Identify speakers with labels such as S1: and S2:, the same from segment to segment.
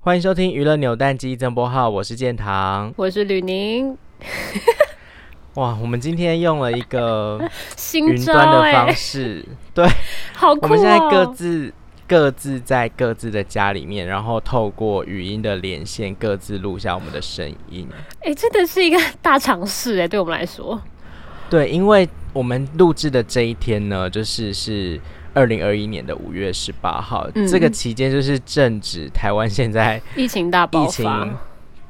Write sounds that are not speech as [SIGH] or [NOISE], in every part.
S1: 欢迎收听娱乐扭蛋机增播号，我是建堂。
S2: 我是吕宁，
S1: 哇，我们今天用了一个
S2: 新
S1: 云
S2: 招
S1: 端的
S2: 哎、
S1: 方式，对，
S2: 好酷
S1: 我
S2: 哦！
S1: 们现在各自各自在各自的家里面，然后透过语音的连线，各自录下我们的声音。
S2: 哎、真的是一个大尝试哎，对我们来说，
S1: 对，因为我们录制的这一天呢，就是是二零二一年的五月十八号，
S2: 嗯
S1: 这个期间就是正值台湾现在
S2: 疫情大爆
S1: 疫情
S2: 发，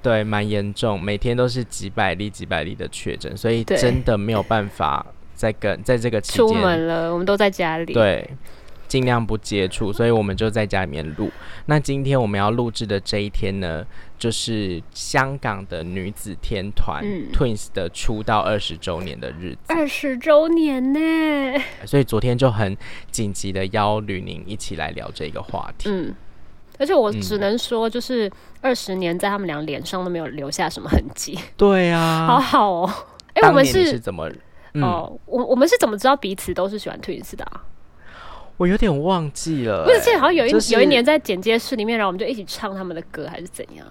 S1: 对蛮严重，每天都是几百例、几百例的确诊，所以
S2: 对
S1: 真的没有办法在跟在这个期
S2: 出
S1: 间
S2: 门了，我们都在家里。，
S1: 对。尽量不接触，所以我们就在家里面录。那今天我们要录制的这一天呢，就是香港的女子天团、
S2: 嗯
S1: Twins 的出道二十周年的日子。
S2: 二十周年呢，
S1: 所以昨天就很紧急的邀吕宁一起来聊这个话题。
S2: 嗯。而且我
S1: 嗯
S2: 只能说，就是二十年在他们俩脸上都没有留下什么痕迹，
S1: 对
S2: 好
S1: 啊，
S2: 好哦。哎、我
S1: 当
S2: 们
S1: 年你
S2: 是
S1: 是怎么？嗯，
S2: 哦，我我们是怎么知道彼此都是喜欢 Twins 的、啊？
S1: 我有点忘记了、
S2: 不是，
S1: 哎
S2: 记得好像有一、
S1: 就是
S2: 有一年在剪接室里面，然后我们就一起唱他们的歌，还是怎样？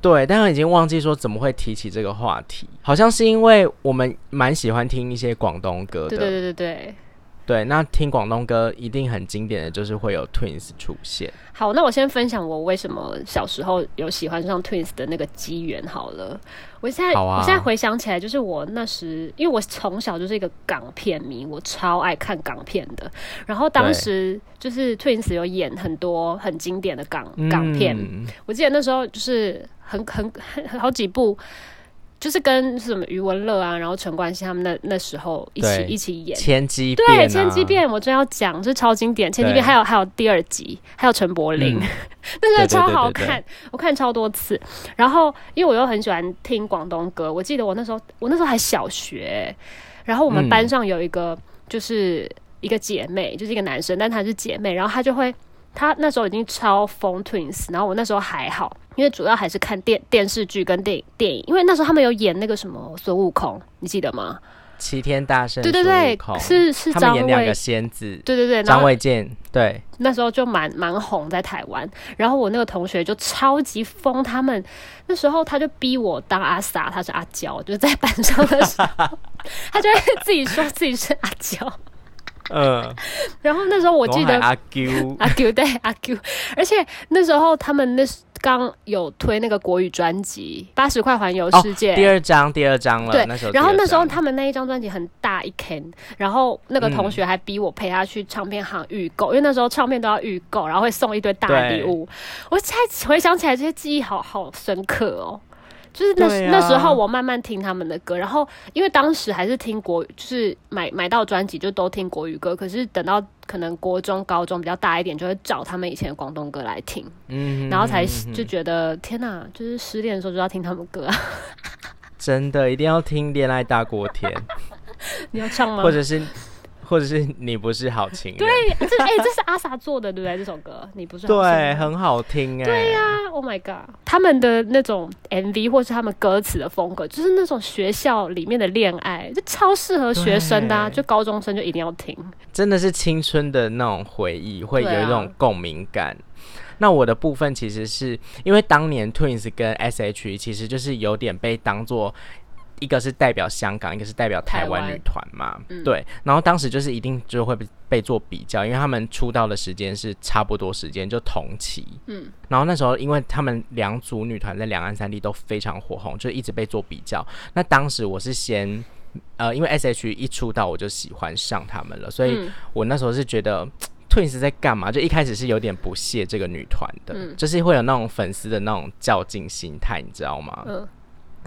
S1: 对，但我已经忘记说怎么会提起这个话题，好像是因为我们蛮喜欢听一些广东歌的。
S2: 对对对对对。
S1: 对那听广东歌一定很经典的就是会有 Twins 出现。
S2: 好，那我先分享我为什么小时候有喜欢上 Twins 的那个机缘好了。我现在、
S1: 好啊
S2: 我现在回想起来，就是我那时，因为我从小就是一个港片迷，我超爱看港片的。然后当
S1: 对
S2: 时就是 Twins 有演很多很经典的港港片，
S1: 嗯
S2: 我记得那时候就是很很很很好几部，就是跟什么余文乐啊，然后陈冠希他们那那时候一起
S1: 对
S2: 一起演。
S1: 千机变、啊，
S2: 对，千机，变我真要讲，这超经典。千机
S1: 对
S2: 变还有还有第二集，还有陈柏霖，
S1: 嗯
S2: [LAUGHS] 那个
S1: 对对
S2: 超
S1: 对
S2: 好
S1: 对对
S2: 看，我看超多次。然后因为我又很喜欢听广东歌，我记得我那时候我那时候还小学欸，然后我们
S1: 嗯
S2: 班上有一个、就是一个姐妹，就是一个男生，但他是姐妹，然后他就会。他那时候已经超疯 Twins，然后我那时候还好，因为主要还是看电电视剧跟电影电影，因为那时候他们有演那个什么孙悟空，你记得吗？
S1: 齐天大圣，
S2: 对对对
S1: 孙悟空，
S2: 是是
S1: 他们
S2: 张
S1: 演两
S2: 卫
S1: 个，仙子，
S2: 对对对，然
S1: 张
S2: 后
S1: 卫健，对，
S2: 那时候就蛮蛮红在台湾，然后我那个同学就超级疯他们，那时候他就逼我当阿 sa，他是阿娇，就是在班上的时候，
S1: [LAUGHS]
S2: 他就会自己说自己是阿娇，
S1: 嗯，
S2: 然后那时候我记
S1: 龙海
S2: 得
S1: 阿 Q，
S2: 阿 Q 对阿 Q，而且那时候他们那时刚有推那个国语专辑《八十块环游世界》
S1: 哦第二章，第二章了。
S2: 对
S1: 那时候，
S2: 然后那时
S1: 第
S2: 候
S1: 二章
S2: 他们那一张专辑很大一 can，然后那个
S1: 嗯
S2: 同学还逼我陪他去唱片行预购，因为那时候唱片都要预购，然后会送一堆大礼物。我现在回想起来，这些记忆好好深刻哦。就是那、
S1: 对啊
S2: 那时候我慢慢听他们的歌，然后因为当时还是听国，就是买买到专辑就都听国语歌，可是等到可能国中、高中比较大一点，就会找他们以前的广东歌来听，
S1: 嗯
S2: 然后才
S1: 嗯嗯嗯
S2: 就觉得天哪，就是失恋的时候就要听他们歌啊！
S1: 真的一定要听《恋爱大过天》，
S2: 嗯你
S1: [LAUGHS]
S2: 要唱吗？
S1: 或者是，或者是你不是好情人，
S2: 对，这哎、这是阿 sa 做的，对不对？这首歌你不是好
S1: 对，
S2: 喜欢
S1: 很好听哎、
S2: 对呀、o h my god！他们的那种 MV 或是他们歌词的风格，就是那种学校里面的恋爱，就超适合学生的、啊，
S1: 对
S2: 就高中生就一定要听。
S1: 真的是青春的那种回忆，会有
S2: 对啊
S1: 一种共鸣感。那我的部分其实是因为当年 Twins 跟 S.H.E 其实就是有点被当做。一个是代表香港，一个是代表台
S2: 台
S1: 湾
S2: 湾嗯
S1: 女团嘛，对。然后当时就是一定就会被被做比较，因为他们出道的时间是差不多时间，就同期。嗯。然后那时候，因为他们两组女团在两岸三地都非常火红，就一直被做比较。那当时我是先呃，因为 S.H.E 一出道我就喜欢上他们了，所
S2: 嗯
S1: 以我那时候是觉得。Twins 在干嘛？就一开始是有点不屑这个女团的，
S2: 嗯
S1: 就是会有那种粉丝的那种较劲心态，你知道吗？
S2: 嗯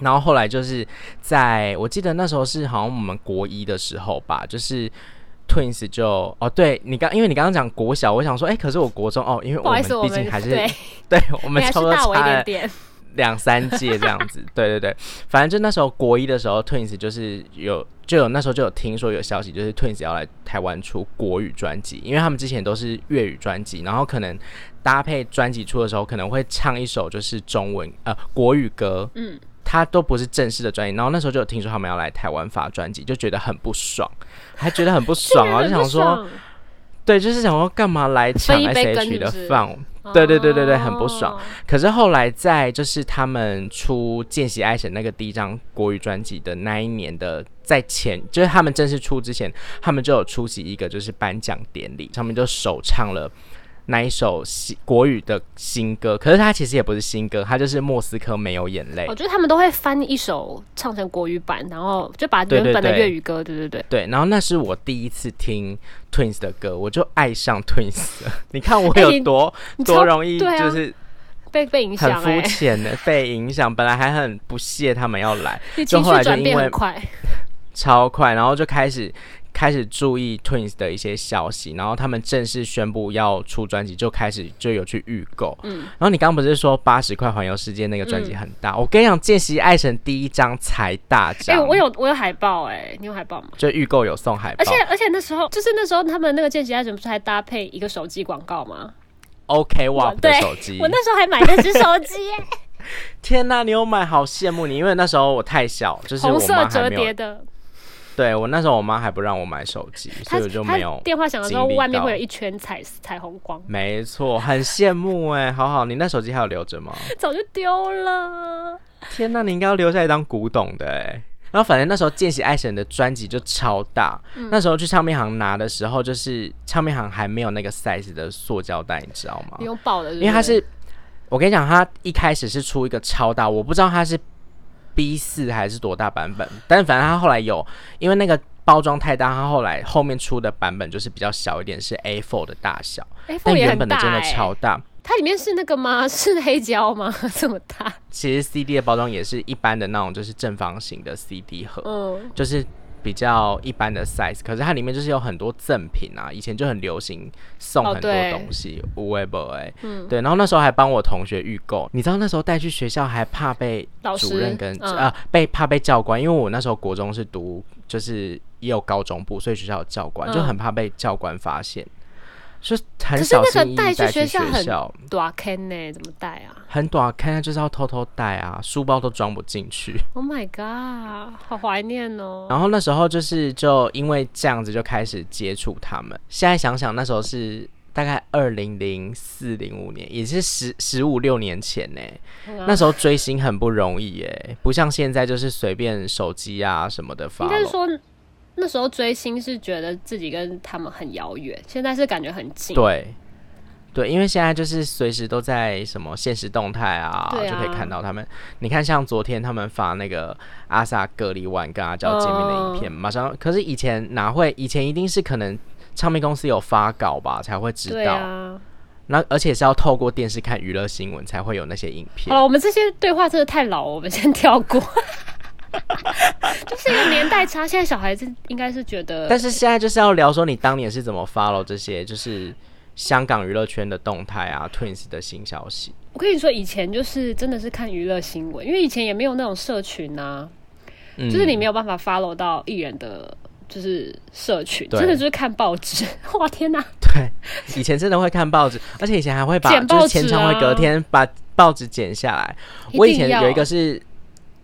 S1: 然后后来就是在我记得那时候是好像我们国一的时候吧，就是 Twins 就哦，对你刚因为你刚刚讲国小，我想说，哎、可是我国中哦，因为
S2: 不
S1: 我
S2: 好意
S1: 们
S2: 思，我
S1: 毕
S2: 们
S1: 竟还是
S2: 对，
S1: 对 [LAUGHS] 我
S2: 你
S1: 们
S2: 还
S1: 差
S2: 是
S1: 不多
S2: 大我一
S1: 差 [LAUGHS]
S2: 点点。
S1: 两三届这样子， [LAUGHS] 对对对，反正就那时候国一的时候，Twins 就是有就有那时候就有听说有消息，就是 Twins 要来台湾出国语专辑，因为他们之前都是粤语专辑，然后可能搭配专辑出的时候，可能会唱一首就是中文呃国语歌，嗯，他都不是正式的专辑，然后那时候就有听说他们要来台湾发专辑，就觉得很不爽，还觉得很不爽啊，就想说。对，就是想说干嘛来抢
S3: 分一杯羹
S1: S.H. 的
S3: 是不是
S1: 饭？对对对对对，很不
S2: 哦
S1: 爽。可是后来在就是他们出《见习爱神》那个第一张国语专辑的那一年的，在前就是他们正式出之前，他们就有出席一个就是颁奖典礼，上面就首唱了。那一首新国语的新歌，可是它其实也不是新歌，它就是《莫斯科没有眼泪》
S2: 我。觉得他们都会翻一首唱成国语版，然后就把
S1: 对
S2: 原
S1: 对
S2: 本的
S1: 对
S2: 粤语歌，对对对。
S1: 对，然后那是我第一次听 Twins 的歌，我就爱上 Twins
S2: [LAUGHS]
S1: 了。你看我
S2: 哎你
S1: 有多、
S2: 你超
S1: 多容易，
S2: 对啊
S1: 就是
S2: 被被影
S1: 很
S2: 响哎、
S1: 肤浅的被影响。本来还很不屑他们要来，
S2: 你
S1: 就
S2: 情
S1: 后来
S2: 绪
S1: 就
S2: 转变
S1: 因为
S2: 很快，
S1: 超快，然后就开始开始注意 Twins 的一些消息，然后他们正式宣布要出专辑，就开始就有去预购。嗯，然后你刚刚不是说八十块环游世界那个专辑很大？我跟你讲，《见习爱神》第一张才大
S2: 嗯哎、
S1: 张，
S2: 我有我有海报哎、你有海报吗？
S1: 就预购有送海报
S2: 而且而且那时候就是那时候他们那个见习爱神不是还搭配一个手机广告吗？
S1: ，OK w a p
S2: 对
S1: 的手机
S2: [LAUGHS] 我。那时候还买那只手机耶、
S1: 天呐，你有买，好羡慕你，因为那时候我太小， [LAUGHS] 就是
S2: 红
S1: 我
S2: 色
S1: 妈还
S2: 折
S1: 没
S2: 叠
S1: 有，
S2: 的。
S1: 对我那时候我妈还不让我买手机，
S2: 他
S1: 所以我就
S2: 他
S1: 没有。
S2: 电话响的时候，
S1: 经历
S2: 外面
S1: 到
S2: 会有一圈彩彩虹光， [LAUGHS]
S1: 没错，很羡慕哎、好好，你那手机还有留着吗？
S2: 早就丢了。
S1: 天呐，你应该要留下来当古董的哎、然后反正那时候见习爱神的专辑就超大，
S2: 嗯
S1: 那时候去唱片行拿的时候，就是唱片行还没有那个 size 的塑胶袋，你知道吗
S2: 你？用爆的，
S1: 因为它是，我跟你讲，它一开始是出一个超大，我不知道它是 B 四还是多大版本，但是反正它后来有，因为那个包装太大，它后来后面出的版本就是比较小一点，是 A4 的大小，
S2: 哎，
S1: 但
S2: 凤也
S1: 原
S2: 很
S1: 本的
S2: 大
S1: 真的
S2: 哎
S1: 超大。
S2: 它里面是那个吗？ [LAUGHS] 是黑胶吗？ [LAUGHS] 这么大？
S1: 其实 CD 的包装也是一般的那种，就是正方形的 CD 盒，
S2: 嗯，
S1: 就是比较一般的 size，可是它里面就是有很多赠品啊，以前就很流行送
S2: 哦
S1: 很多
S2: 对嗯
S1: 东西，无微不哎，对，然后那时候还帮我同学预购，你知道那时候带去学校还怕被
S2: 老
S1: 主
S2: 师
S1: 任跟
S2: 嗯
S1: 呃被怕被教官，因为我那时候国中是读就是也有高中部，所以学校有教官，就
S2: 嗯
S1: 很怕被教官发现，就是很
S2: 可是
S1: 小
S2: 那个
S1: 心翼翼
S2: 带去
S1: 带去
S2: 学校很
S1: 校。
S2: 短 can 呢？怎么带啊
S1: 很短，看看就是要偷偷带啊，书包都装不进去。
S2: ？Oh my god，好怀念哦。
S1: 然后那时候就是就因为这样子就开始接触他们。现在想想那时候是大概二零零四零五年，也是十十五六年前呢、
S2: 嗯啊
S1: 那时候追星很不容易耶、不像现在就是随便手机啊什么的发
S2: 应。该是说那时候追星是觉得自己跟他们很遥远，现在是感觉很近。
S1: 对。啊对，因为现在就是随时都在什么现实动态啊，
S2: 对啊
S1: 就可以看到他们。你看，像昨天他们发那个阿萨格里万跟阿娇见面的影
S2: 嗯
S1: 片，马上。可是以前哪会？以前一定是可能唱片公司有发稿吧，才会知
S2: 对
S1: 道。
S2: 啊。
S1: 那而且是要透过电视看娱乐新闻才会有那些影片
S2: 好。了，我们这些对话真的太老了，我们先跳过。 [LAUGHS] 就是一个年代差，现在小孩子应该是觉得，
S1: 但是现在就是要聊说你当年是怎么 follow 这些，就是香港娱乐圈的动态啊，Twins 的新消息。
S2: 我跟你说，以前就是真的是看娱乐新闻，因为以前也没有那种社群啊，
S1: 嗯
S2: 就是你没有办法 follow 到艺人的。就是社群，
S1: 对
S2: 真的就是看报纸。 [LAUGHS] 哇天哪！
S1: 对，以前真的会看
S2: [LAUGHS]
S1: 报纸，而且以前还会把
S2: 剪报
S1: 就是签
S2: 纸
S1: 唱会隔
S2: 啊
S1: 天把报纸剪下来。
S2: 一
S1: 我以
S2: 定
S1: 前
S2: 要啊
S1: 有一个是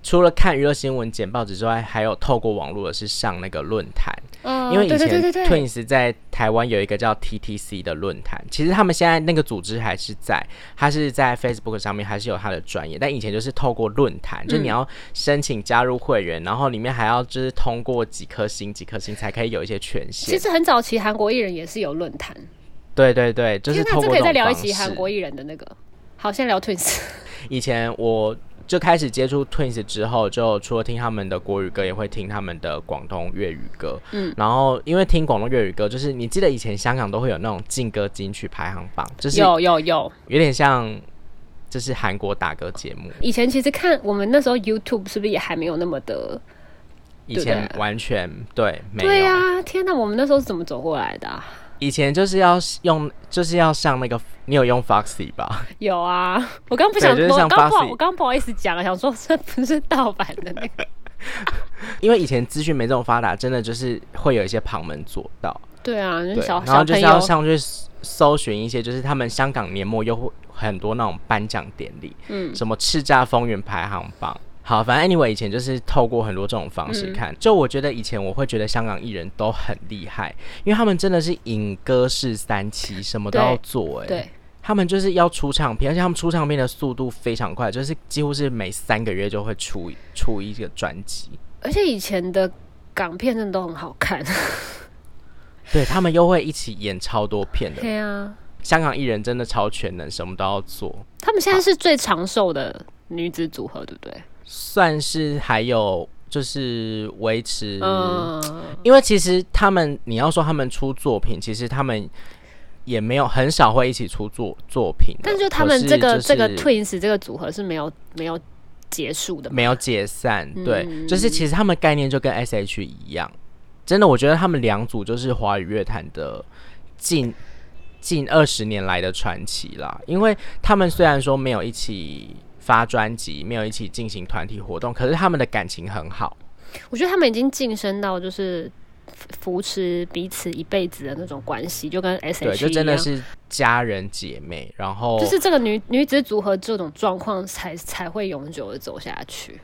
S1: 除了看娱乐新闻、剪报纸之外，还有透过网络的是上那个论坛，
S2: 嗯，
S1: 因为以
S2: 对
S1: 前
S2: 对对对对，
S1: Twins 在台湾有一个叫 TTC 的论坛，其实他们现在那个组织还是在，它是在 Facebook 上面还是有它的专业，但以前就是透过论
S2: 嗯
S1: 坛，就你要申请加入会员，然后里面还要就是通过几颗星、几颗星才可以有一些权
S2: 其
S1: 限。
S2: 实很早期韩国艺人也是有论坛，
S1: 对对对，就是
S2: 天哪
S1: 透
S2: 这
S1: 过
S2: 可以再
S1: 这种
S2: 聊一
S1: 方
S2: 集韩
S1: 式。
S2: 国艺人的那个。好，先聊 Twins。
S1: 以前我就开始接触 Twins 之后，就除了听他们的国语歌，也会听他们的广东粤语歌。嗯，然后因为听广东粤语歌，就是你记得以前香港都会有那种劲歌金曲排行榜，就是
S2: [LAUGHS] 有有有，
S1: 有点像就是韩国打歌节目，
S2: 以前其实看我们那时候 YouTube 是不是也还没有那么的？
S1: 以
S2: 对
S1: 前
S2: 对
S1: 完全对没有。
S2: 对呀、天哪，我们那时候是怎么走过来的啊、
S1: 以前就是要用，就是要上那个，你有用 Foxy 吧？ [LAUGHS]
S2: 有啊，我刚不想，
S1: 对就是
S2: 我
S1: 像
S2: 刚不好，
S1: Foxy
S2: 我刚不好意思讲，啊想说这不是盗版的那
S1: [LAUGHS]
S2: 个。
S1: 因为以前资讯没这么发达，真的就是会有一些旁门左道。
S2: 对啊，就是
S1: 对，
S2: 小
S1: 然后
S2: 小
S1: 就
S2: 朋
S1: 是要
S2: 友，
S1: 上去搜搜寻一些，就是他们香港年末又会很多那种颁奖典礼，嗯，什么叱咤风云排行榜，好，反正 anyway，以前就是透过很多这种方式
S2: 嗯
S1: 看。就我觉得以前我会觉得香港艺人都很厉害，因为他们真的是影歌式三期，什么都要做、欸。
S2: 对，
S1: 他们就是要出唱片，而且他们出唱片的速度非常快，就是几乎是每三个月就会出出一个专辑。
S2: 而且以前的港片真的都很好
S1: [LAUGHS]
S2: 看。
S1: 对他们又会一起演超多片的。
S2: 对啊，
S1: 香港艺人真的超全能，什么都要做。
S2: 他们现在是最长寿的女子组合，对不对？
S1: 算是还有就是维持，
S2: 嗯，
S1: 因为其实他们你要说他们出作品，其实他们也没有很少会一起出作作品的，
S2: 但就他们这个、
S1: 可是
S2: 这个
S1: 就是
S2: Twins 这个组合是没有没有结束的嘛，嗯
S1: 没有解散，对，就是其实他们概念就跟 S H 一样，真的，我觉得他们两组就是华语乐坛的近近二十年来的传奇啦，因为他们虽然说没有一起发专辑，没有一起进行团体活动，可是他们的感情很好。
S2: 我觉得他们已经晋升到就是扶持彼此一辈子的那种关系，就跟 S
S1: 对，
S2: H
S1: 就
S2: 一
S1: 真的
S2: 样。
S1: 是家人姐妹，然后
S2: 就是这个女女子组合这种状况才才会永久的走下去。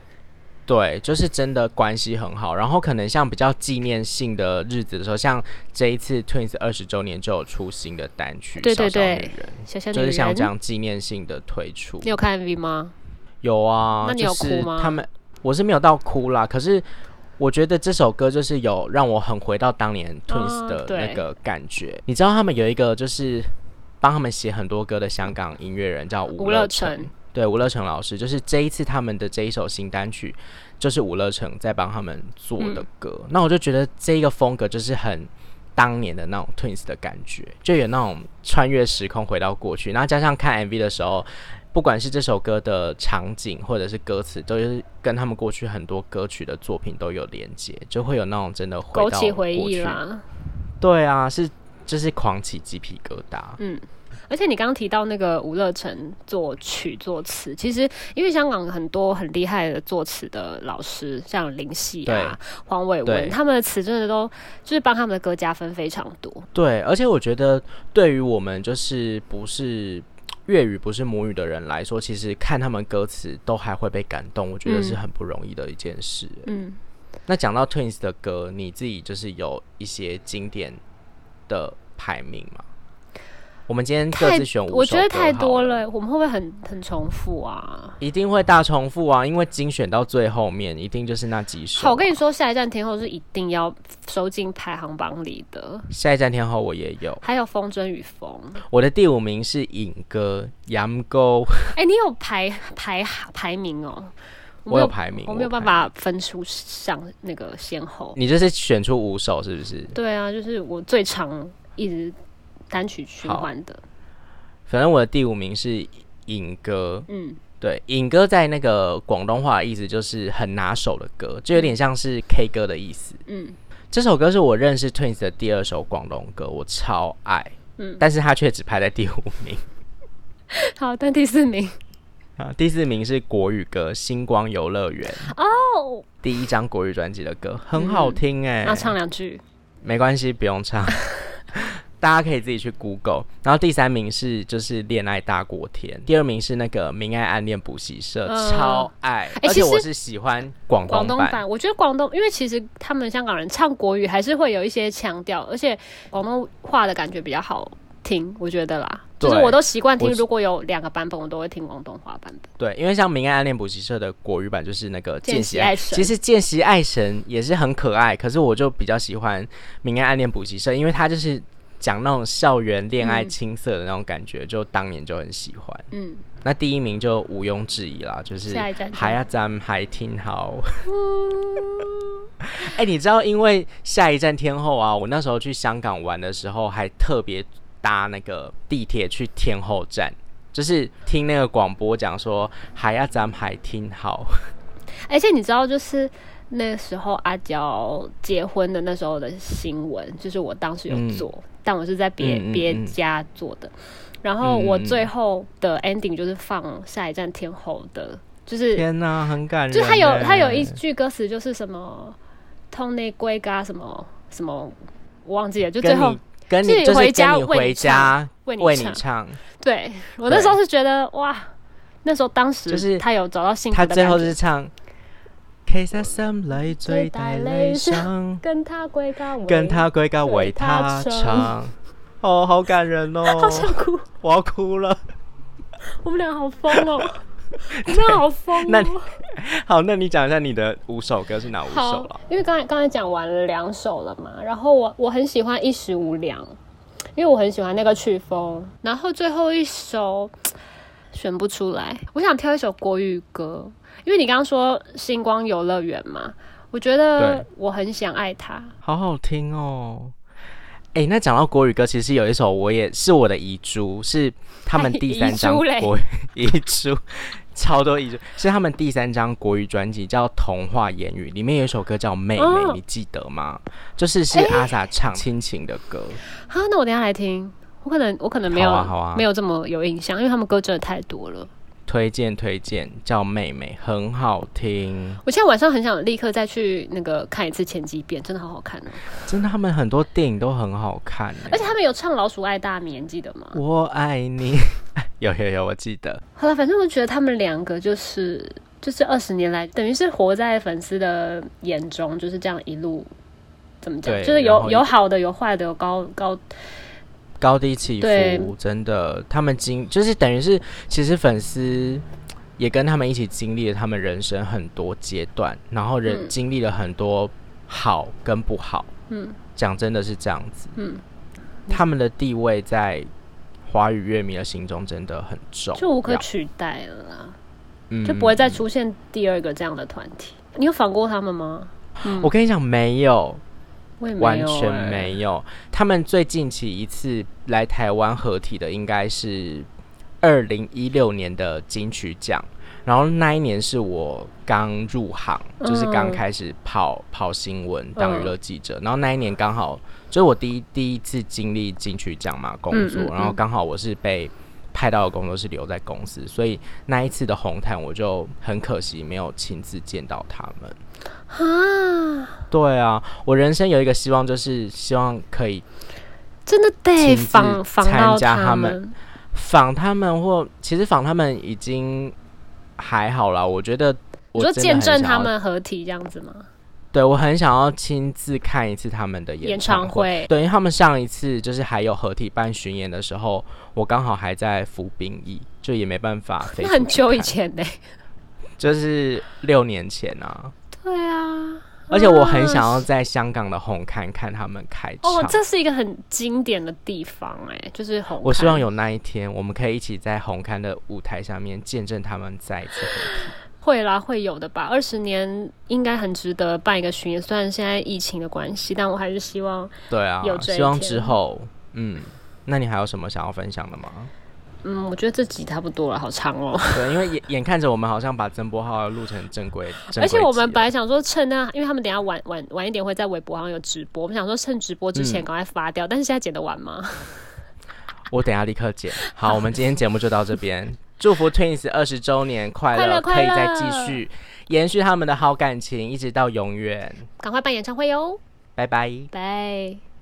S1: 对，就是真的关系很好。然后可能像比较纪念性的日子的时候，像这一次 Twins 二十周年就有出新的单曲《
S2: 对对
S1: 小小女人
S2: 对小小》，女
S1: 就是像
S2: 人，
S1: 这样纪念性的推出
S2: 你。有看 MV 吗？
S1: 有啊，
S2: 那你
S1: 就
S2: 有哭
S1: 是
S2: 吗
S1: 他们我是没有到哭啦，可是我觉得这首歌就是有让我很回到当年 Twins
S2: 哦
S1: 的
S2: 对
S1: 那个感觉。你知道他们有一个就是帮他们写很多歌的香港音乐人叫
S2: 吴
S1: 吴
S2: 乐
S1: 乐
S2: 成
S1: 成。对吴乐成老师，就是这一次他们的这一首新单曲，就是吴乐成在帮他们做
S2: 嗯
S1: 的歌。那我就觉得这一个风格就是很当年的那种 Twins 的感觉，就有那种穿越时空回到过去。然后加上看 MV 的时候，不管是这首歌的场景或者是歌词，都是跟他们过去很多歌曲的作品都有连接，就会有那种真的回
S2: 勾
S1: 到
S2: 起回
S1: 过
S2: 忆
S1: 去。
S2: 啦。
S1: 对啊，是就是狂起鸡皮疙瘩。
S2: 而且你刚刚提到那个吴乐成作曲作词，其实因为香港很多很厉害的作词的老师，像林夕啊、黄伟
S1: 对
S2: 文，他们的词真的都就是帮他们的歌加分非常多。
S1: 对，而且我觉得对于我们就是不是粤语不是母语的人来说，其实看他们歌词都还会被感动，我觉得是
S2: 嗯
S1: 很不容易的一件事。
S2: 嗯，
S1: 那讲到 Twins 的歌，你自己就是有一些经典的排名吗？我们今天各
S2: 太
S1: 自选五首
S2: 我觉得
S1: 歌
S2: 太多
S1: 好
S2: 了，我们会不会很很重复啊？
S1: 一定会大重复啊，因为精选到最后面，一定就是啊那几首。
S2: 好，我跟你说，下一站天后是一定要收进排行榜里的，
S1: 下一站天后我也有，
S2: 还有风筝与风。
S1: 我的第五名是影歌《羊沟》，
S2: 哎、你有排排排名哦？
S1: 我
S2: 没
S1: 有排名，
S2: 我没有办
S1: 排
S2: 法分出上那个先后。
S1: 你就是选出五首是不是？
S2: 对啊，就是我最常一直单曲循环的。
S1: 反正我的第五名是影歌，
S2: 嗯，
S1: 对，影歌在那个广东话的意思就是很拿手的歌，就有点像是 K 歌的意思。
S2: 嗯，
S1: 这首歌是我认识 Twins 的第二首广东歌，我超爱，
S2: 嗯
S1: 但是它却只排在第五名。 [LAUGHS]
S2: 好，但第四名
S1: 啊，第四名是国语歌《星光游乐园》，
S2: 哦，
S1: 第一张国语专辑的歌，很好听哎、
S2: 那嗯啊唱两句。
S1: 没关系，不用
S2: [LAUGHS]
S1: 唱，大家可以自己去 Google。然后第三名是就是《恋爱大过天》，第二名是那个《明爱暗恋补习社》
S2: 嗯
S1: 超爱，而
S2: 其
S1: 且
S2: 实
S1: 我是喜欢广
S2: 广
S1: 东
S2: 东
S1: 版。
S2: 版，我觉得广东，因为其实他们香港人唱国语还是会有一些腔调，而且广东话的感觉比较好听，我觉得啦。就
S1: 对
S2: 是我都习惯听
S1: 我，
S2: 如果有两个版本，我都会听广东话版本。
S1: 对，因为像《明爱暗恋补习社》的国语版就是那个《
S2: 见
S1: 见
S2: 习
S1: 习
S2: 爱
S1: 爱
S2: 神
S1: 其实《见习爱神》也是很可爱，可是我就比较喜欢《明爱暗恋补习社》，因为它就是讲那种校园恋爱
S2: 嗯
S1: 青涩的那种感觉，就当年就很喜欢。
S2: 嗯，
S1: 那第一名就毋庸置疑啦，就是
S2: 下一站
S1: 还要咱们还挺好。[LAUGHS]
S2: 嗯
S1: 哎、你知道，因为下一站天后啊，我那时候去香港玩的时候，还特别搭那个地铁去天后站，就是听那个广播讲说还要咱们还挺好。
S2: 而且你知道，就是那时候阿娇结婚的那时候的新闻，就是我当时有
S1: 嗯
S2: 做，但我是在别
S1: 嗯嗯
S2: 别、
S1: 嗯
S2: 家做的。然后我
S1: 嗯嗯嗯嗯
S2: 最后的 ending 就是放下一站天后的，就是
S1: 天哪、很感人欸。
S2: 就是他有他有一句歌词就是什么“痛内归嘎”什么什么，我忘记了，就最
S1: 跟
S2: 后
S1: 你跟你
S2: 自己
S1: 就是
S2: 回
S1: 跟
S2: 家
S1: 你
S2: 为你
S1: 回家
S2: 为
S1: 为
S2: 唱。
S1: 唱，
S2: 对我那时候是觉得哇，那时候当时
S1: 就是
S2: 他有找到幸
S1: 他
S2: 福的
S1: 最
S2: 感
S1: 后
S2: 觉
S1: 是唱其實心裏最大理想，
S2: 跟他歸家為，
S1: 跟他歸家為他
S2: 為他
S1: 唱。哦，好感人哦！
S2: [LAUGHS] 好想哭，
S1: 我要哭了。
S2: 我们俩好疯
S1: [LAUGHS]
S2: 哦，我们俩好疯
S1: 那你
S2: 哦。
S1: 好，那你讲一下你的五首歌是哪五首
S2: 好
S1: 了？，
S2: 因为刚才刚才讲完了两首了嘛，然后我我很喜欢一时无两，因为我很喜欢那个曲风，然后最后一首选不出来，我想挑一首国语歌，因为你刚刚说星光游乐园嘛，我觉得
S1: 对
S2: 我很想爱他，
S1: 好好听哦。哎、那讲到国语歌，其实有一首我也是我的遗珠，是他们第三张
S2: 还遗珠嘞
S1: 国语 [LAUGHS] 遗珠，超多遗珠，是他们第三张国语专辑叫《童话言语》，里面有一首歌叫《妹妹》，
S2: 哦
S1: 你记得吗？就是是阿 sa 唱亲情的歌，
S2: 好，那我等一下来听，我可能我可能没有、
S1: 好啊好啊
S2: 没有这么有印象，因为他们歌真的太多了。
S1: 推荐推荐，叫《妹妹》，很好听。
S2: 我现在晚上很想立刻再去那个看一次前几遍，真的好好看哦！
S1: 真的，他们很多电影都很好看欸、
S2: 而且他们有唱《老鼠爱大米》，你记得吗？
S1: 我爱你， [LAUGHS] 有有有，我记得。
S2: 好了，反正我觉得他们两个就是就是二十年来，等于是活在粉丝的眼中，就是这样一路怎么讲，
S1: 对
S2: 就是
S1: 然后
S2: 有
S1: 一
S2: 有好的，有坏的，有高高
S1: 高低起
S2: 对
S1: 伏，真的，他们经就是等于是，其实粉丝也跟他们一起经历了他们人生很多阶段，然后人、
S2: 嗯
S1: 经历了很多好跟不好。
S2: 嗯，
S1: 讲真的是这样子，
S2: 嗯，
S1: 他们的地位在华语乐迷的心中真的很重要，
S2: 就无可取代了啦，
S1: 嗯
S2: 就不会再出现第二个这样的团体。你有访过他们吗？嗯
S1: 我跟你讲，没有，
S2: 我也没有、
S1: 完全
S2: 欸
S1: 没有。他们最近期一次来台湾合体的应该是二零一六年的金曲奖，然后那一年是我刚入行，就是刚
S2: 嗯
S1: 开始跑跑新闻当娱
S2: 嗯
S1: 乐记者，然后那一年刚好就是我第一第一次经历金曲奖嘛工
S2: 嗯
S1: 作，
S2: 嗯
S1: 然后
S2: 嗯
S1: 刚好我是被。派到的工作是留在公司，所以那一次的红毯我就很可惜没有亲自见到他们。
S2: 啊，
S1: 对啊，我人生有一个希望，就是希望可以
S2: 真的得
S1: 亲自
S2: 访访到
S1: 参加他
S2: 们。
S1: 仿他们或，其实仿他们已经还好啦。我觉得
S2: 你
S1: 我
S2: 说
S1: 真的
S2: 见
S1: 很
S2: 证
S1: 想
S2: 他
S1: 要，
S2: 们合体这样子吗？
S1: 对我很想要亲自看一次他们的
S2: 演
S1: 唱
S2: 唱会
S1: 对，因为他们上一次就是还有合体办巡演的时候，我刚好还在服兵役，就也没办法飞
S2: [LAUGHS]
S1: 出去
S2: 那
S1: 看。
S2: 很久以前呢、
S1: 就是六年前啊。
S2: 对啊，
S1: 而且我很
S2: 啊
S1: 想要在香港的红磡看他们开场。
S2: 哦，这是一个很经典的地方哎、就是红。
S1: 我希望有那一天，我们可以一起在红磡的舞台上面见证他们再一次合体。
S2: 会啦，会有的吧。二十年应该很值得办一个巡演，虽然现在疫情的关系，但我还是希望，
S1: 对啊
S2: 有，这一
S1: 希望
S2: 天
S1: 之后，嗯，那你还有什么想要分享的吗？
S2: 嗯，我觉得这集差不多了，好长哦。
S1: [LAUGHS] 对，因为眼眼看着我们好像把曾波浩录成正规，正
S2: 而且
S1: 规
S2: 我
S1: 集
S2: 们
S1: 了
S2: 本来想说趁那，因为他们等一下晚晚晚一点会在微博上有直播，我们想说趁直播之前
S1: 嗯
S2: 赶快发掉，但是现在剪得完吗？
S1: 我等一下立刻剪。好，我们今天节目就到这
S2: [LAUGHS]
S1: 边。祝福 Twins 二十周年快
S2: 快
S1: 乐，
S2: 乐
S1: 可以再
S2: 快乐
S1: 继续延续他们的好感情，一直到永远。
S2: 赶快办演唱会哟，
S1: 拜拜。
S2: 哦拜。